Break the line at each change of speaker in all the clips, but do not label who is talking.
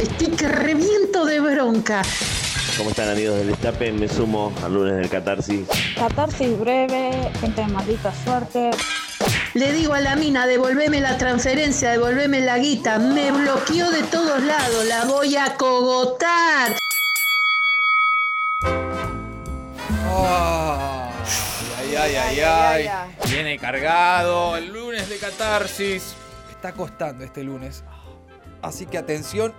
estoy que reviento de bronca.
¿Cómo están amigos del Destape? Me sumo al lunes del Catarsis.
Catarsis breve, gente de maldita suerte.
Le digo a la mina, devolveme la transferencia, devolveme la guita. Me bloqueó de todos lados, la voy a cogotar.
ay, ay, ay, ay, Viene cargado el lunes de catarsis. Está costando este lunes. Así que atención,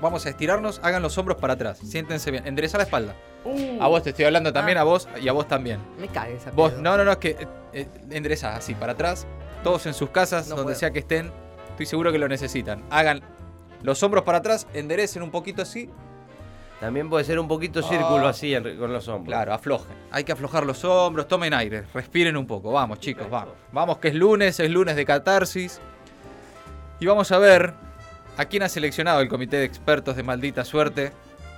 vamos a estirarnos, hagan los hombros para atrás, siéntense bien, endereza la espalda.
Uh,
A vos te estoy hablando también,
Ah.
a vos y a vos también.
Me cagues a
Vos,
pedo.
no, no, no, es que eh, eh, enderezás así, para atrás, todos en sus casas,
No
donde
puedo.
sea que estén, estoy seguro que lo necesitan. Hagan los hombros para atrás, enderecen un poquito así,
También puede ser un poquito círculo
Ah.
así en- con los hombros.
Claro, aflojen. Hay que aflojar los hombros, tomen aire, respiren un poco. Vamos, chicos, vamos. Vamos, que es lunes, es lunes de catarsis. Y vamos a ver a quién ha seleccionado el comité de expertos de maldita suerte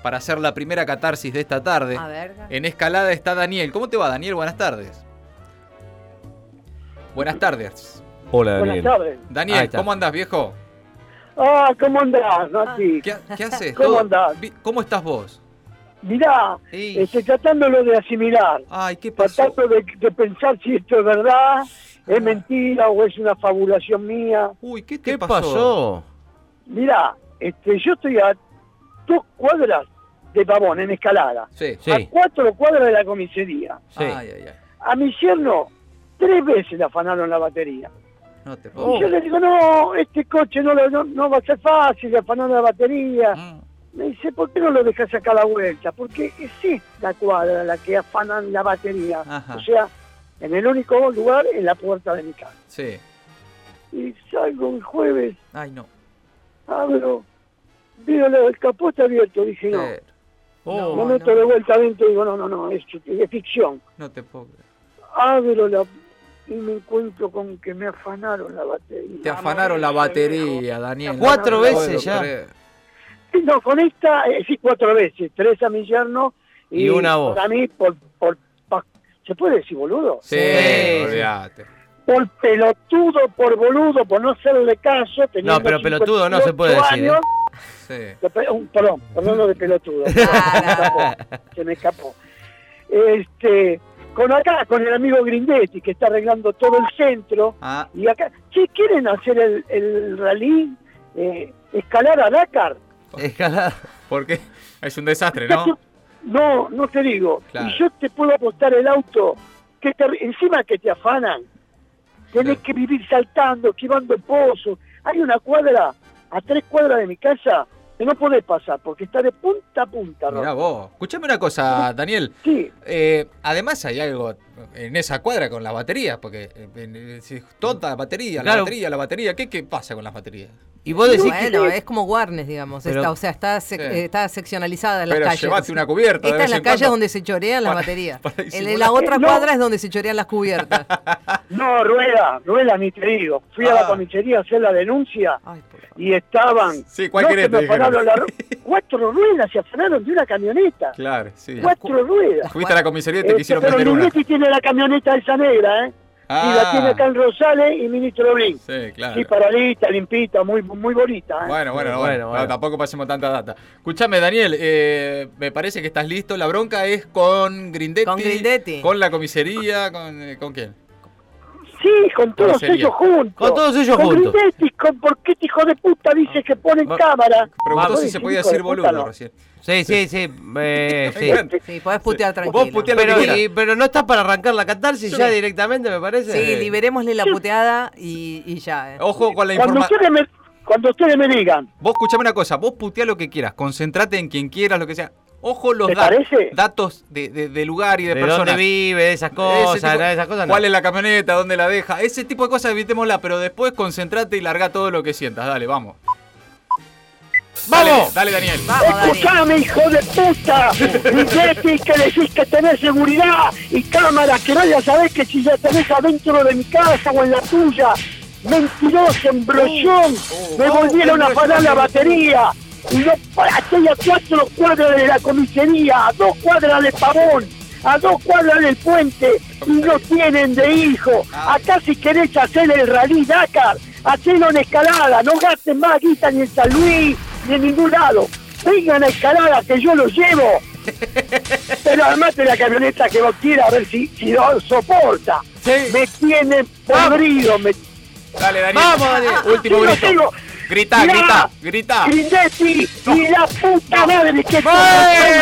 para hacer la primera catarsis de esta tarde.
A ver. dale.
En escalada está Daniel. ¿Cómo te va, Daniel? Buenas tardes. Buenas tardes.
Hola,
Buenas
Daniel.
tardes.
Ahí
Daniel,
está.
¿cómo andas, viejo?
Ah, ¿cómo andás, Nati?
¿Qué, qué haces?
¿Cómo
¿Todo-
andás?
vi- ¿Cómo estás vos?
Mirá,
Sí.
estoy tratándolo de asimilar,
Ay, ¿qué pasó?
tratando de, de pensar si esto es
Ah.
verdad, es mentira o es una fabulación mía.
Uy, ¿qué te
¿Qué pasó?
Mirá, este, yo estoy a dos cuadras de Pavón, en escalada,
Sí. Ah,
Sí,
a cuatro cuadras de la comisaría.
sí.
Ay, ay, ay.
A mi yerno, tres veces le afanaron la batería.
No
Oh.
te puedo.
Y yo le digo, no, este coche no, lo- no, no va a ser fácil, le afanaron la batería.
Mm.
Me dice, ¿por qué no lo dejas acá a la vuelta? Porque es esta cuadra la que afanan la batería.
Ajá.
O sea, en el único lugar, en la puerta de mi casa.
Sí.
Y salgo el jueves,
Ay, no.
abro, veo la- el capote abierto. Dije, no,
Eh,
No,
me
no,
meto de vuelta adentro y digo, no, no, no, es, es ficción.
No te puedo creer.
Abro la y me encuentro con que me afanaron la batería.
Te afanaron la batería, Daniel.
Cuatro
No te
veces
puedo
ya.
creer.
Sí, No, con esta, eh, sí, cuatro veces. Tres a mi yerno y,
Y una a vos.
Para mí, por, por, pa- ¿se puede decir boludo?
Sí,
Sí.
olvídate.
por pelotudo, por boludo, por no hacerle caso. teniendo
No, pero pelotudo no se puede
58
decir, ¿eh?
años,
Sí.
de pe- un- perdón, perdón lo de pelotudo. se me
Ah,
escapó, se me escapó. Este, con acá, con el amigo Grindetti, que está arreglando todo el centro.
Ah,
Y acá, si quieren hacer el, el rally, eh, escalar a Dakar.
Escalada.
¿por qué? Es un desastre, ¿no?
No, no te digo.
Claro.
Y yo te puedo apostar el auto, que te- encima que te afanan, tenés
Claro.
que vivir saltando, esquivando pozos. Hay una cuadra, a tres cuadras de mi casa, que no podés pasar, porque está de punta a punta. Ron.
Mirá vos. Escuchame una cosa, Daniel.
Sí,
Eh, además hay algo en esa cuadra con las baterías, porque eh, eh, si es tonta la batería, la
Claro.
batería, la batería. ¿Qué, ¿Qué pasa con las baterías?
Y vos decís que...
bueno, es como Warnes, digamos.
Pero-
está, o sea, está, sec-
Sí.
eh, está seccionalizada en las
Pero
calles.
llevate una cubierta. de
Esta es
vez
la
en
calle
cuando.
donde se chorean las
Para-
baterías.
para
En- en
disimular.
la otra
No.
cuadra es donde se chorean las cubiertas.
no, rueda, rueda, ni te digo. Fui a
Ah.
la comisaría a hacer la denuncia
Ay, por favor.
y estaban
Sí, ¿cuál
no,
querés?
que me
Te dijeron.
afanaron la ru- cuatro ruedas, se afanaron de una camioneta.
Claro, sí.
Cuatro ruedas.
Fuiste a la comisaría y te
Este,
quisieron
pero
prender una. Ah,
Minetti tiene la camioneta esa negra, ¿eh? Y la tiene acá en Rosales y Ministro Blin.
sí, claro.
Sí, paralita, limpita, muy muy bonita, ¿eh?
Bueno, bueno, bueno,
Bueno,
No,
bueno.
tampoco pasemos tanta data. Escuchame, Daniel, eh, me parece que estás listo. La bronca es con Grindetti.
Con Grindetti.
Con la comisaría, con, eh, ¿con quién.
Sí, con todos
Grosería.
ellos juntos.
Con todos ellos
Con
juntos.
Grindetti, con por qué este hijo de puta dice que ponen
Va-
cámara.
Preguntó
Vos
si se
decís,
podía
hijo de
decir
puta,
boludo
no.
recién.
Sí, sí, sí.
Me
eh, sí.
encanta.
Sí, podés putear
Sí.
tranquilo.
Vos puteás lo que
Pero,
quieras.
y- pero no estás para arrancar la catarsis
Yo
ya
no.
directamente, me parece.
Sí, liberémosle la puteada y, y ya. eh.
Ojo con la
Cuando
información.
ustedes, me, cuando ustedes me digan,
Vos escuchame una cosa, vos puteá lo que quieras, concentrate en quien quieras, lo que sea. Ojo los
¿Te
datos-
parece?
datos de, de- de lugar y de,
¿De
personas.
dónde vive? De esas cosas,
Ese tipo-
nada de esas cosas. no.
¿Cuál es la camioneta? ¿Dónde la deja? Ese tipo de cosas evitémosla, pero después concentrate y larga todo lo que sientas. Dale, vamos.
¡Vamos!
Dale, dale Daniel.
Vamos, Dani.
escuchame, hijo de puta. Grindetti, que decís que tenés seguridad y cámaras, que vaya a saber que si ya tenés adentro de mi casa o en la tuya. Mentiroso, embrollón.
Uh,
me volvieron a parar la batería. Y yo pa- estoy a cuatro cuadras de la comisaría, a dos cuadras de Pavón, a dos cuadras del puente, y no tienen de hijo. Acá si querés hacer el rally Dakar, hacelo en escalada, no gasten más guita ni en San Luis, ni en ningún lado. Vengan a escalada que yo los llevo. Pero armate la camioneta que vos quieras a ver si, si lo soporta.
Sí.
Me tienen podrido. Me...
Dale, Daniel.
Vamos, Daniel.
Último
Yo no
grito.
tengo-
Grita,
Mirá,
grita, grita.
Grindetti, y la puta madre que te lo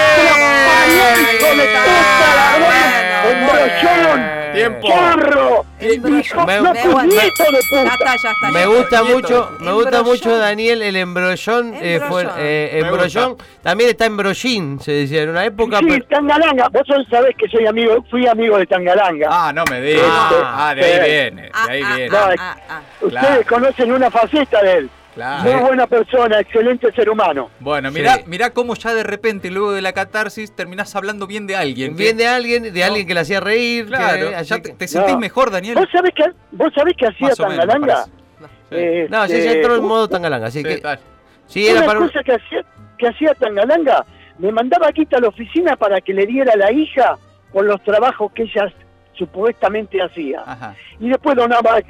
hijo de puta ladrón,
Tiempo.
embrollón, carro,
Embrollón.
hijo,
Me-
no
me-
tu nieto de
Ya
puta.
está, ya está.
Me
ya
gusta
está.
mucho, me gusta
Embrollón.
mucho Daniel el embrollón, eh, fue-
Embrollón.
eh,
Me
embrollón.
gusta.
también está embrollín, se decía en una época,
Sí,
pero-
Tangalanga, vos sabés que soy amigo, fui amigo de Tangalanga.
Ah, no me digas.
Ah,
Ah, de ahí
sí.
viene. De
Ah,
ahí
ah,
viene.
ah, ah, ah.
Ustedes
claro. Ah,
conocen una faceta de él. Muy
Claro.
Sí.
buena persona, excelente ser humano.
Bueno,
Sí.
mirá, mirá cómo ya de repente, luego de la catarsis, terminás hablando bien de alguien.
bien
que-
de alguien, de alguien que le hacía reír,
Claro,
que- así
ya
que-
te, te sentís
No.
mejor, Daniel.
¿Vos sabés que, vos sabés que hacía
Más o menos, me
Tangalanga?
parece.
Eh,
No, sí,
este,
ya entró en modo tangalanga, así
Sí,
que
tal.
sí era
una
para un-
cosa que hacía, que hacía Tangalanga, me mandaba aquí a la oficina para que le diera a la hija con los trabajos que ella supuestamente hacía.
Ajá.
Y después donaba,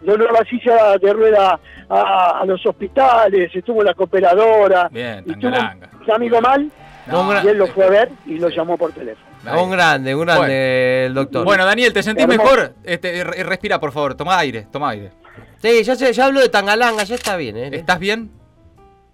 donaba silla de rueda a, a los hospitales, estuvo la cooperadora.
Bien,
y tuvo
Tangalanga.
un amigo mal,
No,
y él lo fue a ver y lo llamó por teléfono.
Ahí.
un grande, un grande
Bueno.
el doctor.
Bueno, Daniel, ¿te sentís
Hermoso.
mejor? Este, re- respira, por favor. Toma aire, toma aire.
sí, ya, sé- ya hablo de tangalanga, ya está bien, ¿eh?
¿Estás bien?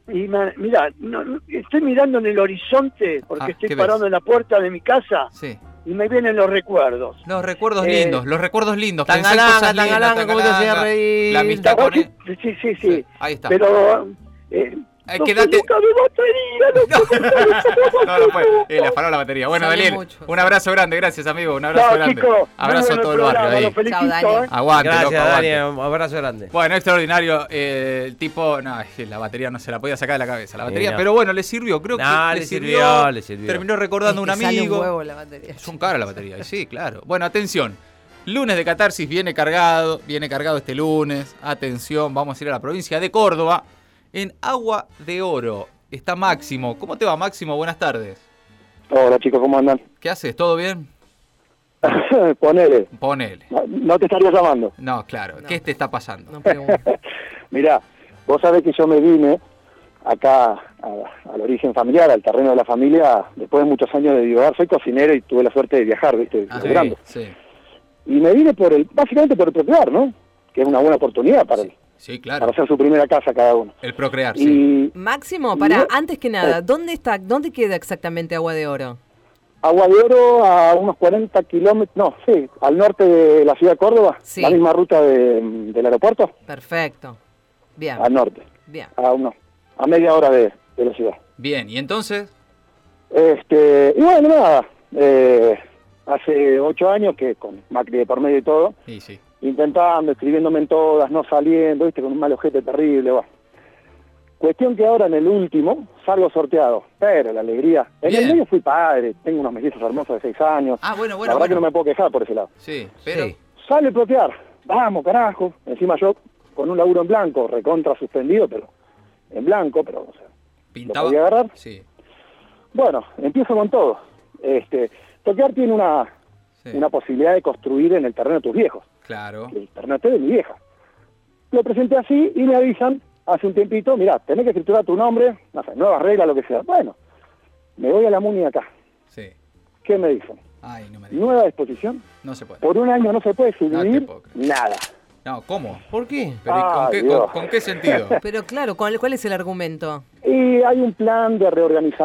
Y ma- mira, no- no- estoy mirando en el horizonte porque
Ah, ¿qué
estoy
ves?
parando en la puerta de mi casa
Sí.
y me vienen los recuerdos.
Los recuerdos
Eh,
lindos, los recuerdos lindos. Pensá en
Tangalanga,
cosas lindas,
Tangalanga, cómo te hacía
Tangalanga,
reír.
La amistad
¿Vos
con
sí?
él.
Sí, sí, sí.
Sí, Ahí está.
Pero eh,
Ay,
no,
quédate-
nunca me mataría,
No,
loco,
no, no fue. Eh, le paró la batería. Bueno,
Sale
Daniel,
mucho.
un abrazo grande. Gracias, amigo. Un abrazo
Chao,
grande.
chicos. Muy
abrazo a
bueno
todo el barrio
programa,
ahí.
los felicito,
Chao, Dani.
eh.
Aguante, loco,
Gracias,
aguante.
Daniel, un abrazo grande.
Bueno, extraordinario. eh, el tipo, no, es que la batería no se la podía sacar de la cabeza, la batería.
no.
Pero bueno, le sirvió, creo
No,
que
le sirvió, le sirvió.
Terminó
Es
recordando
que
a un
sale
amigo.
huevo la batería.
Son caras la batería, y sí, claro. Bueno, atención. Lunes de Catarsis viene cargado, viene cargado este lunes. Atención, vamos a ir a la provincia de Córdoba. En Agua de Oro está Máximo. ¿Cómo te va, Máximo? Buenas tardes.
Hola chicos, ¿cómo andan?
¿Qué haces? ¿Todo bien?
Ponele,
Ponele.
no- no te estaría llamando.
No, claro.
No.
¿Qué te está pasando?
No pregunto.
Mirá, vos sabés que yo me vine acá a- al origen familiar, al terreno de la familia, después de muchos años de divagar, soy cocinero y tuve la suerte de viajar, ¿viste?
Ah,
laburando.
sí, sí.
Y me vine por el, básicamente por el procrear, ¿no? Que es una buena oportunidad para,
Sí, sí,
para
claro.
hacer su primera casa cada uno.
El procrear, sí.
Y
Máximo, para,
No.
antes que nada, ¿dónde está, dónde queda exactamente Agua de Oro?
Agua de Oro a unos 40 kilómetros, no, sí, al norte de la ciudad de Córdoba,
Sí.
la misma ruta de- del aeropuerto,
Perfecto. Bien,
Ah.
al norte,
bien.
a unos, a media hora de, de la ciudad.
Bien, y entonces,
Este, y bueno, nada, eh, hace ocho años que con Macri de por medio y todo,
sí, sí.
intentando, escribiéndome en todas, no saliendo, viste, con un mal ojete terrible, va. Cuestión que ahora en el último salgo sorteado, pero la alegría. En
Bien.
el medio fui padre, tengo unos mellizos hermosos de seis años.
Ah, bueno,
la
bueno,
verdad que
bueno.
no me puedo quejar por ese lado.
Sí, pero.
Sí.
Sale a protear, vamos, carajo. Encima yo con un laburo en blanco, recontra suspendido, pero en blanco, pero o sea,
Pintaba.
podía agarrar?
Sí.
bueno, empiezo con todo. Este, toquear tiene una,
sí,
una posibilidad de construir en el terreno de tus viejos,
Claro.
el terreno este de mi vieja. Lo presenté así y me avisan hace un tiempito, mirá, tenés que escriturar tu nombre, no sé, nuevas reglas, lo que sea. Bueno, me voy a la MUNI acá.
Sí.
¿Qué me dicen?
Ay, no me digas.
Nueva disposición.
No se puede.
Por un año no se puede subir
puedo creer.
nada.
No, ¿cómo?
¿Por qué?
Pero, ¿y con,
Ah,
qué,
Dios.
con- con qué sentido?
Pero claro, ¿cuál, cuál es el argumento?
Y hay un plan de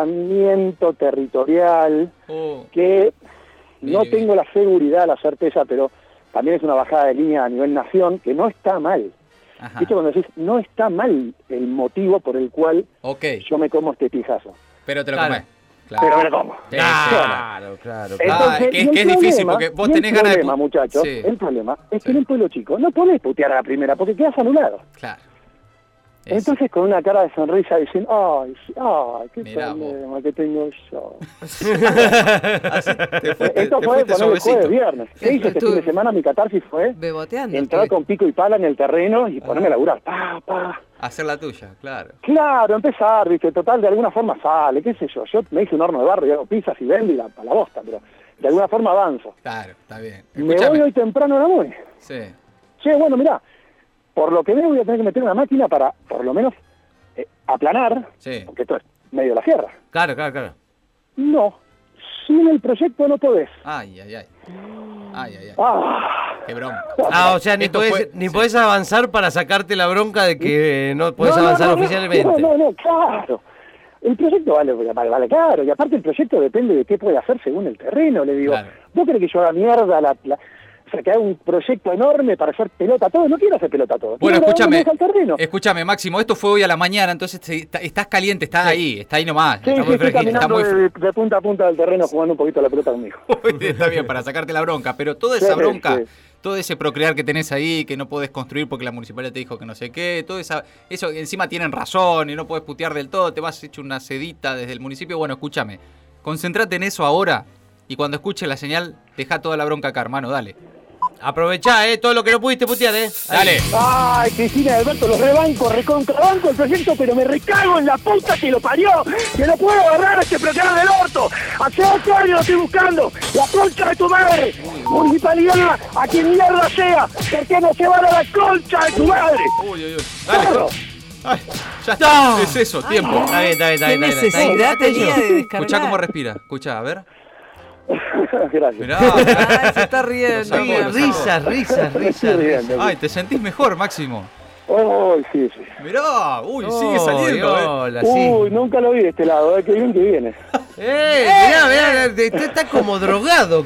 reorganizamiento territorial
Oh,
que
Bien,
no
bien.
tengo la seguridad, la certeza, pero también es una bajada de línea a nivel nación que no está mal.
ajá.
¿Viste cuando decís, no está mal el motivo por el cual
Ok,
yo me como este pijazo?
pero te lo
Claro. ¡Ah!
comés. Claro.
Pero me lo como.
Sí,
Claro, claro, claro.
Ah,
Entonces,
que-
y el
que es difícil,
problema-
porque vos
y el
tenés ganas de
problema,
pu-
muchachos,
Sí.
el problema es que
Sí.
en un pueblo chico no podés putear a la primera porque quedás anulado.
sí, claro. Es-
Entonces, con una cara de sonrisa diciendo, ay, sí, ay, qué
Mirá vos.
problema que tengo yo.
te fuiste, te fuiste
Esto fue con el jueves,
suavecito.
viernes. ¿Qué hice este
Estuve-
fin de semana? Mi catarsis fue
Beboteando.
entrar
estoy.
con pico y pala en el terreno
Ah.
y ponerme a laburar. Pa, pa.
Hacer la tuya, claro.
Claro, empezar, viste, total, de alguna forma sale, qué sé yo. Yo me hice un horno de barro y hago pizzas y vendo y la, pa' la bosta, pero de alguna forma avanzo.
Claro, está bien.
Me voy
Escúchame.
hoy temprano a la MUNI.
Sí.
Che, bueno, mirá, por lo que veo voy a tener que meter una máquina para, por lo menos,
eh, aplanar,
Sí.
porque esto es medio de la sierra.
Claro, claro, claro.
No, sin el proyecto no podés.
Ay, ay, ay. Ay, ay, ay.
Ah,
Qué bronca.
Ah, o sea, ni,
Esto
podés,
fue-
ni
sí.
podés avanzar para sacarte la bronca de que eh, no podés
no, no,
avanzar
no, no,
oficialmente.
No, no, no, claro. El proyecto vale, vale, vale caro, y aparte el proyecto depende de qué puede hacer según el terreno. Le digo,
Claro.
¿vos crees que yo haga mierda la... la- o sea, que haga un proyecto enorme para hacer pelota a todo. No quiero hacer pelota a todo.
Bueno,
Quiero dar
escúchame.
vueltas al terreno.
Escúchame, Máximo, esto fue hoy a la mañana, entonces te- está- estás caliente, estás ahí, está ahí nomás.
Sí,
está
sí,
muy
estoy
fresquito, está
caminando
muy
de, de punta a punta del terreno jugando un poquito a la pelota con mi hijo.
fresquito. Está bien, para sacarte la bronca, pero toda
Sí,
esa bronca,
sí.
todo ese procrear que tenés ahí, que no podés construir porque la municipalidad te dijo que no sé qué, todo esa, eso encima tienen razón y no podés putear del todo, te vas hecho una sedita desde el municipio. Bueno, escúchame, concentrate en eso ahora y cuando escuches la señal, deja toda la bronca acá, hermano, dale.
Aprovechá, eh, todo lo que no pudiste putear, eh.
Dale.
Ay, Cristina y Alberto, los rebanco, recontrabanco el proyecto, pero me recago en la puta que lo parió. Que no puedo agarrar a este programa del orto. Hace ocho años lo estoy buscando. La concha de tu madre. Municipalidad, a quien mierda sea. ¿Por qué no se van a la concha de tu madre?
Uy, uy, uy.
Perro.
Dale. Ay, ya está.
No.
Es eso, tiempo.
Está bien, está bien, está
¿Qué
bien. está bien, está bien.
necesidad tenía de descargar?
Escuchá cómo respira. Escuchá, a ver.
Gracias.
Mirá.
Ay, se está riendo.
Lo sacó, lo sacó.
Risas, risas,
Me estoy
risas. risas.
riendo.
Ay, te sentís mejor, Máximo.
Oh, sí, sí.
Mirá, uy,
Oh,
sigue saliendo.
Uy,
eh.
Hola, sí.
Uy, nunca lo vi de este lado. eh, Qué bien que vienes.
Eh, mirá, mirá, te- te- está como drogado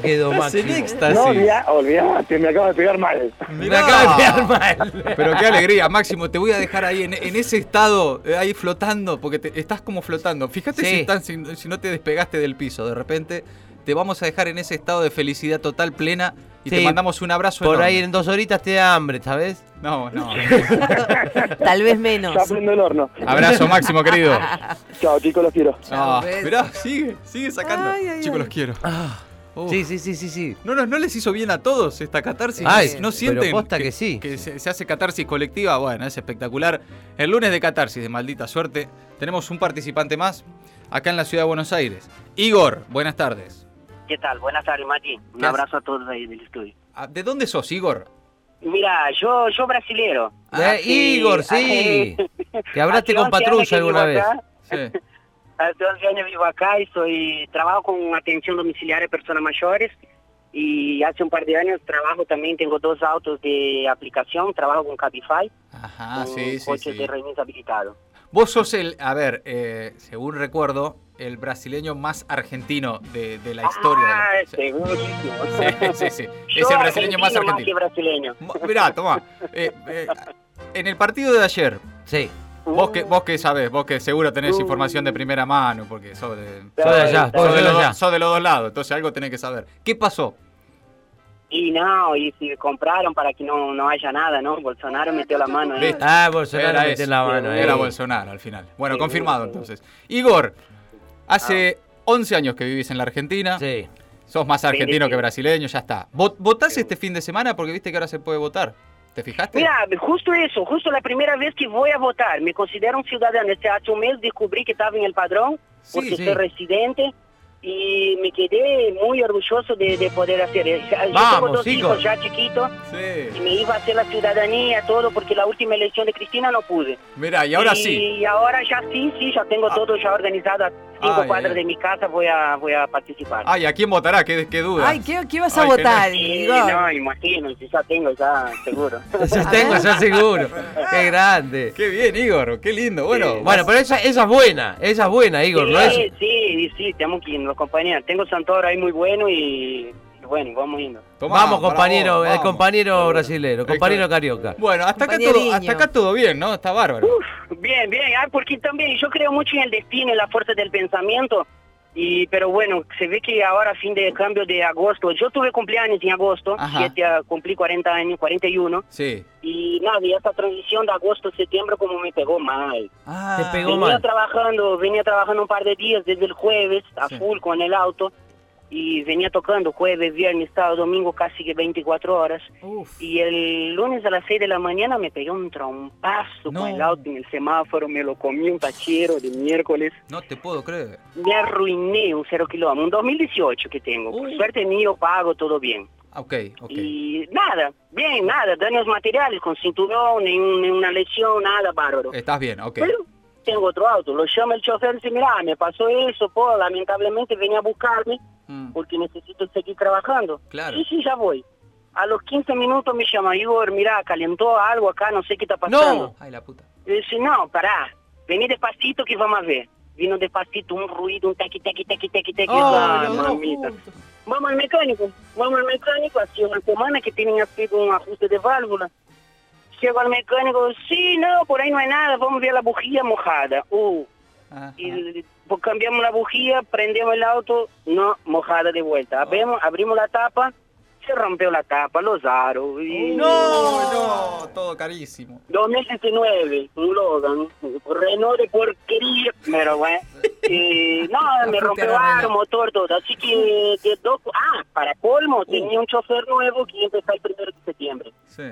quedó Máximo.
Ah,
No, olvidá- olvidate, me acabo de pegar mal.
Me acaba de pegar mal.
Pero qué alegría, Máximo, te voy a dejar ahí en, en ese estado, eh, ahí flotando, porque te- estás como flotando. Fíjate si,
Sí.
estás- si- si no te despegaste del piso, de repente te vamos a dejar en ese estado de felicidad total, plena, y te
Sí,
mandamos un abrazo
Por
enorme.
ahí en dos horitas te da hambre, ¿sabes?
No, no.
Tal vez menos.
Ya prendo el horno.
Abrazo, Máximo, querido.
Chao, chicos, los quiero.
Chao,
Ah,
beso.
mirá, sigue, sigue sacando.
Ay, ay,
Chicos,
ay.
los quiero. Uf.
Ah. Sí, sí, sí, sí, sí.
No, no, no les hizo bien a todos esta catarsis.
Ay,
no
pero
sienten
posta que sí.
se, se hace catarsis colectiva. Bueno, es espectacular. El lunes de catarsis, de maldita suerte, tenemos un participante más acá en la ciudad de Buenos Aires. Igor, buenas tardes.
¿Qué tal? Buenas tardes, Mati. Un
¿Qué
abrazo a todos ahí en el estudio.
Ah, ¿De dónde sos, Igor?
Mira, yo yo brasilero.
Ah,
Eh,
ah,
Igor, sí. Que hablaste con Patrulla alguna vez.
Sí.
Hace 11 años vivo acá y soy trabajo con atención domiciliaria a personas mayores y hace un par de años trabajo también, tengo dos autos de aplicación, trabajo con Cabify,
Ajá,
con
Ah, sí, sí,
coches
sí.
de remiso habilitado.
Vos sos el, a ver, eh, según recuerdo, el brasileño más argentino de, de la historia.
Ah,
de la-
segurísimo.
sí, sí, sí.
Yo
Es el brasileño más
Más que
argentino.
brasileño.
Mo- Mirá, tomá. Eh, eh, en el partido de ayer,
Sí.
vos que, vos que sabés, vos que seguro tenés información de primera mano, porque sos de,
Soy allá,
Está bien,
sos de
soy
los,
allá.
dos- sos de los dos lados, entonces algo tenés que saber. ¿Qué pasó?
Y no, y si compraron para que no, no haya nada, ¿no? Bolsonaro metió la mano ahí.
Viste.
Ah, Bolsonaro
Era
metió
ese.
la mano, eh.
Era Bolsonaro al final. Bueno,
Sí,
confirmado
sí.
entonces. Igor, hace 11 años que vivís en la Argentina,
Sí.
sos más argentino
sí.
que brasileño, ya está. Vo- ¿Votás este fin de semana? Porque viste que ahora se puede votar. ¿Te fijaste?
Mira, justo eso, justo la primera vez que voy a votar. Me considero un ciudadano. Este hace un mes descubrí que estaba en el padrón,
Sí,
porque
sí.
soy residente, y me quedé muy orgulloso de, de poder hacer eso. Ya- Yo
Vamos,
tengo dos
Igor.
hijos ya chiquitos, y
Sí.
me iba a hacer la ciudadanía, todo, porque la última elección de Cristina no pude.
Mira, y ahora
y,
sí.
Y ahora ya sí, sí, ya tengo
Ah.
todo ya organizado. A cinco
Ay,
cuadras
ay, Ah,
de mi casa voy a, voy a participar.
Ay, ¿a quién votará? ¿Qué, qué duda?
Ay, ¿qué, qué vas a
Ay, qué
votar,
Y
Igor?
no, imagínense, ya tengo, ya seguro.
Ya tengo, ya seguro. Qué grande.
Qué bien, Igor, qué lindo. Bueno,
Bueno, pero esa, esa es buena. Esa es buena, Igor,
Eh, sí,
¿no es?
Sí, sí, tenemos que irnos, compañía. Tengo Santoro ahí muy bueno y y bueno, vamos yendo.
tomá,
vamos,
para
compañero,
vos,
el
vamos.
compañero brasilero, compañero carioca.
Bueno, hasta acá, todo, hasta
Compañeriño.
acá todo bien, ¿no? Está bárbaro.
Bien, bien, ah, porque también yo creo mucho en el destino, en la fuerza del pensamiento. Y, pero bueno, se ve que ahora fin de cambio de agosto, yo tuve cumpleaños en agosto,
Ajá.
siete, ah, cumplí 40 años, 41,
Sí.
y nada, y esta transición de agosto a septiembre como me pegó mal.
Ah,
Te pegó
Venía
mal.
trabajando, venía trabajando un par de días desde el jueves a
Sí.
full con el auto y venía tocando jueves, viernes, sábado, domingo casi que 24 horas.
Uf.
Y el lunes a las 6 de la mañana me pegué un trompazo
No.
con el auto en el semáforo, me lo comí un tachero de miércoles,
no te puedo creer.
me arruiné un cero kilómetro, un 2018 que tengo. Por
Uy.
suerte mío pago todo bien.
Ah, Ok, ok.
Y nada, bien, nada, daños materiales con cinturón, ningún- ninguna lesión, nada bárbaro.
Estás bien, ok.
Pero tengo otro auto. Lo llama el chofer y dice, mira, me pasó eso, po, lamentablemente venía a buscarme
Mm.
porque necesito seguir trabajando.
Claro.
Sí, sí, ya voy. A los 15 minutos me llama Igor, mira, calentó algo acá, no sé qué está
No.
pasando.
Ay, la puta.
Eu disse, não, pará, vem despacito que vamos ver. Vindo despacito, um ruído, um tec, tec, tec, tec, tec.
Oh,
ah,
los dos
mamita.
juntos.
Vamos ao mecânico, vamos ao mecânico, assim, uma semana que tinha feito um ajuste de válvula. Chego ao mecânico, sim, não, por aí não é nada, vamos ver a bujia mojada. Uh,
Ajá.
y pues, cambiamos la bujía, prendemos el auto, no, mojada de vuelta. Abrimos, abrimos la tapa, se rompió la tapa, los aros.
Oh,
y-
No, no, todo carísimo.
2019, un Logan, Renault de porquería, pero bueno. Eh, no, me
puta
rompió
era
el
Renault.
motor, todo. Así que, de dos- ah, para colmo, tenía un chofer nuevo que empezó el primero de septiembre.
Sí.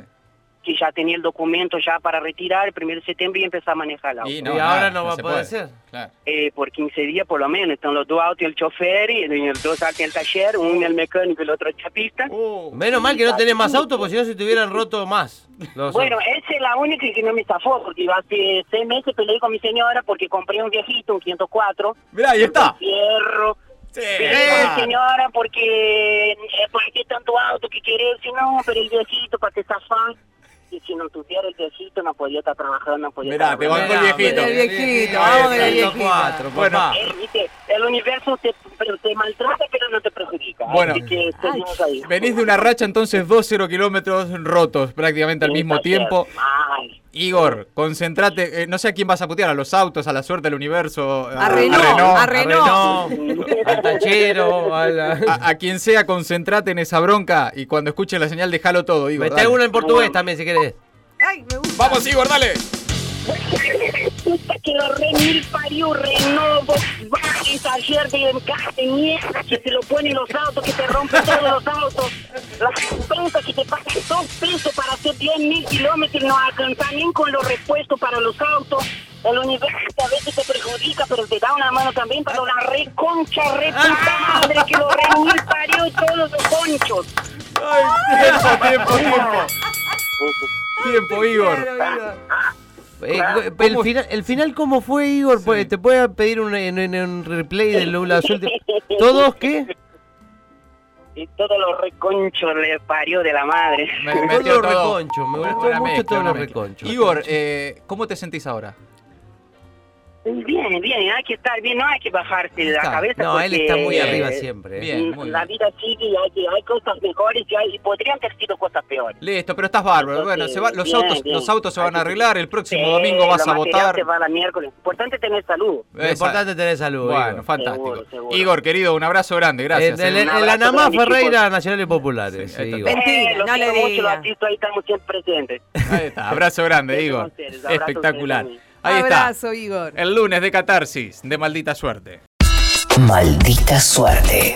Que ya tenía el documento ya para retirar el primero de septiembre y empezó a manejar el auto.
Y ahora no va a
se
poder
puede.
ser.
Claro.
Eh, por 15 días por lo menos. Están los dos autos y el chofer, y y los dos autos en el taller, uno el mecánico y el otro el chapista.
Uh,
Menos mal que no tenés más auto, porque si no se te hubieran roto más. los
Bueno,
autos.
esa es la única que no me zafó, porque hace seis meses peleé con mi señora porque compré un viejito, un 504,
Mirá, ahí está.
fierro. Peleé con mi señora porque, eh, ¿por qué tanto auto que querés? Si no, pero el viejito, para que zafar. Y si no tuviera el viejito, no podía estar trabajando, no podía
Mirá,
estar
te bancó el
Mirá,
viejito.
El viejito,
Ahí
vamos con el
está,
viejito.
cuatro, papá.
Bueno.
Eh, viste, El universo te, pero te maltrata, pero no te perjudica.
Bueno.
Así que seguimos ahí.
Venís de una racha entonces 2-0 kilómetros rotos prácticamente al mismo tiempo.
Ay,
Igor, concentrate, eh, no sé a quién vas a putear, a los autos, a la suerte del universo, a,
A Renault, a
A
Renault.
Renault, al tachero, a la-
a- a quien sea, concentrate en esa bronca y cuando escuche la señal dejalo todo, Igor.
Meté
dale.
uno en portugués también si querés. Eh,
Ay, me gusta.
Vamos, Igor, dale.
Puta que lo re mil parió, renovo, baja en taller de encaje, mierda, que te lo ponen los autos, que te rompen todos los autos. Las pensas que te pasan dos pesos para hacer 10 mil kilómetros, no alcanzan ni con los repuestos para los autos. El universo a veces te perjudica, pero te da una mano también para la reconcha, re puta madre, que lo re mil parió y todos los conchos.
Tiempo, tiempo, tiempo. Tiempo, Igor.
Eh, eh, el, final, ¿El final cómo fue, Igor? Pues, ¿Te puedo pedir un, en- en- un replay de la azul? ¿Todos qué?
Y todos los reconchos le parió de la madre.
Me
Todos
metió
los
todo.
reconchos, me
Una
gustó
buena
mucho
mezcla,
todos
una
los
mezcla.
reconchos.
Igor, eh, ¿cómo te sentís ahora?
Bien, bien, hay que estar bien, no hay que bajarse de la
Está.
cabeza.
No, él
porque,
está muy
eh,
arriba siempre. eh.
Bien. muy
La vida sigue y hay, que- hay cosas mejores y, hay, y podrían haber sido cosas peores.
Listo, pero estás bárbaro. Bueno, se va- los,
Bien,
autos,
bien.
los autos se van a arreglar, el próximo
Sí,
domingo vas
lo
a
material
votar.
Se va la miércoles. Importante tener salud.
Lo importante es tener salud.
Bueno,
Igor.
fantástico.
Seguro, seguro.
Igor, querido, un abrazo grande, gracias.
El, el,
eh.
el
Un abrazo
Anamá
grande,
Ferreira Nacional y Populares.
Sí, ahí está.
sí, Igor.
Mentira,
Eh, los
no le
quiero mucho, los
diga.
artistas ahí estamos siempre presentes.
Ahí está, abrazo grande,
Gracias a
Igor.
ustedes, abrazo a ustedes
Espectacular.
también.
Ahí está.
Abrazo, Igor.
El lunes de Catarsis, de maldita suerte.
Maldita suerte.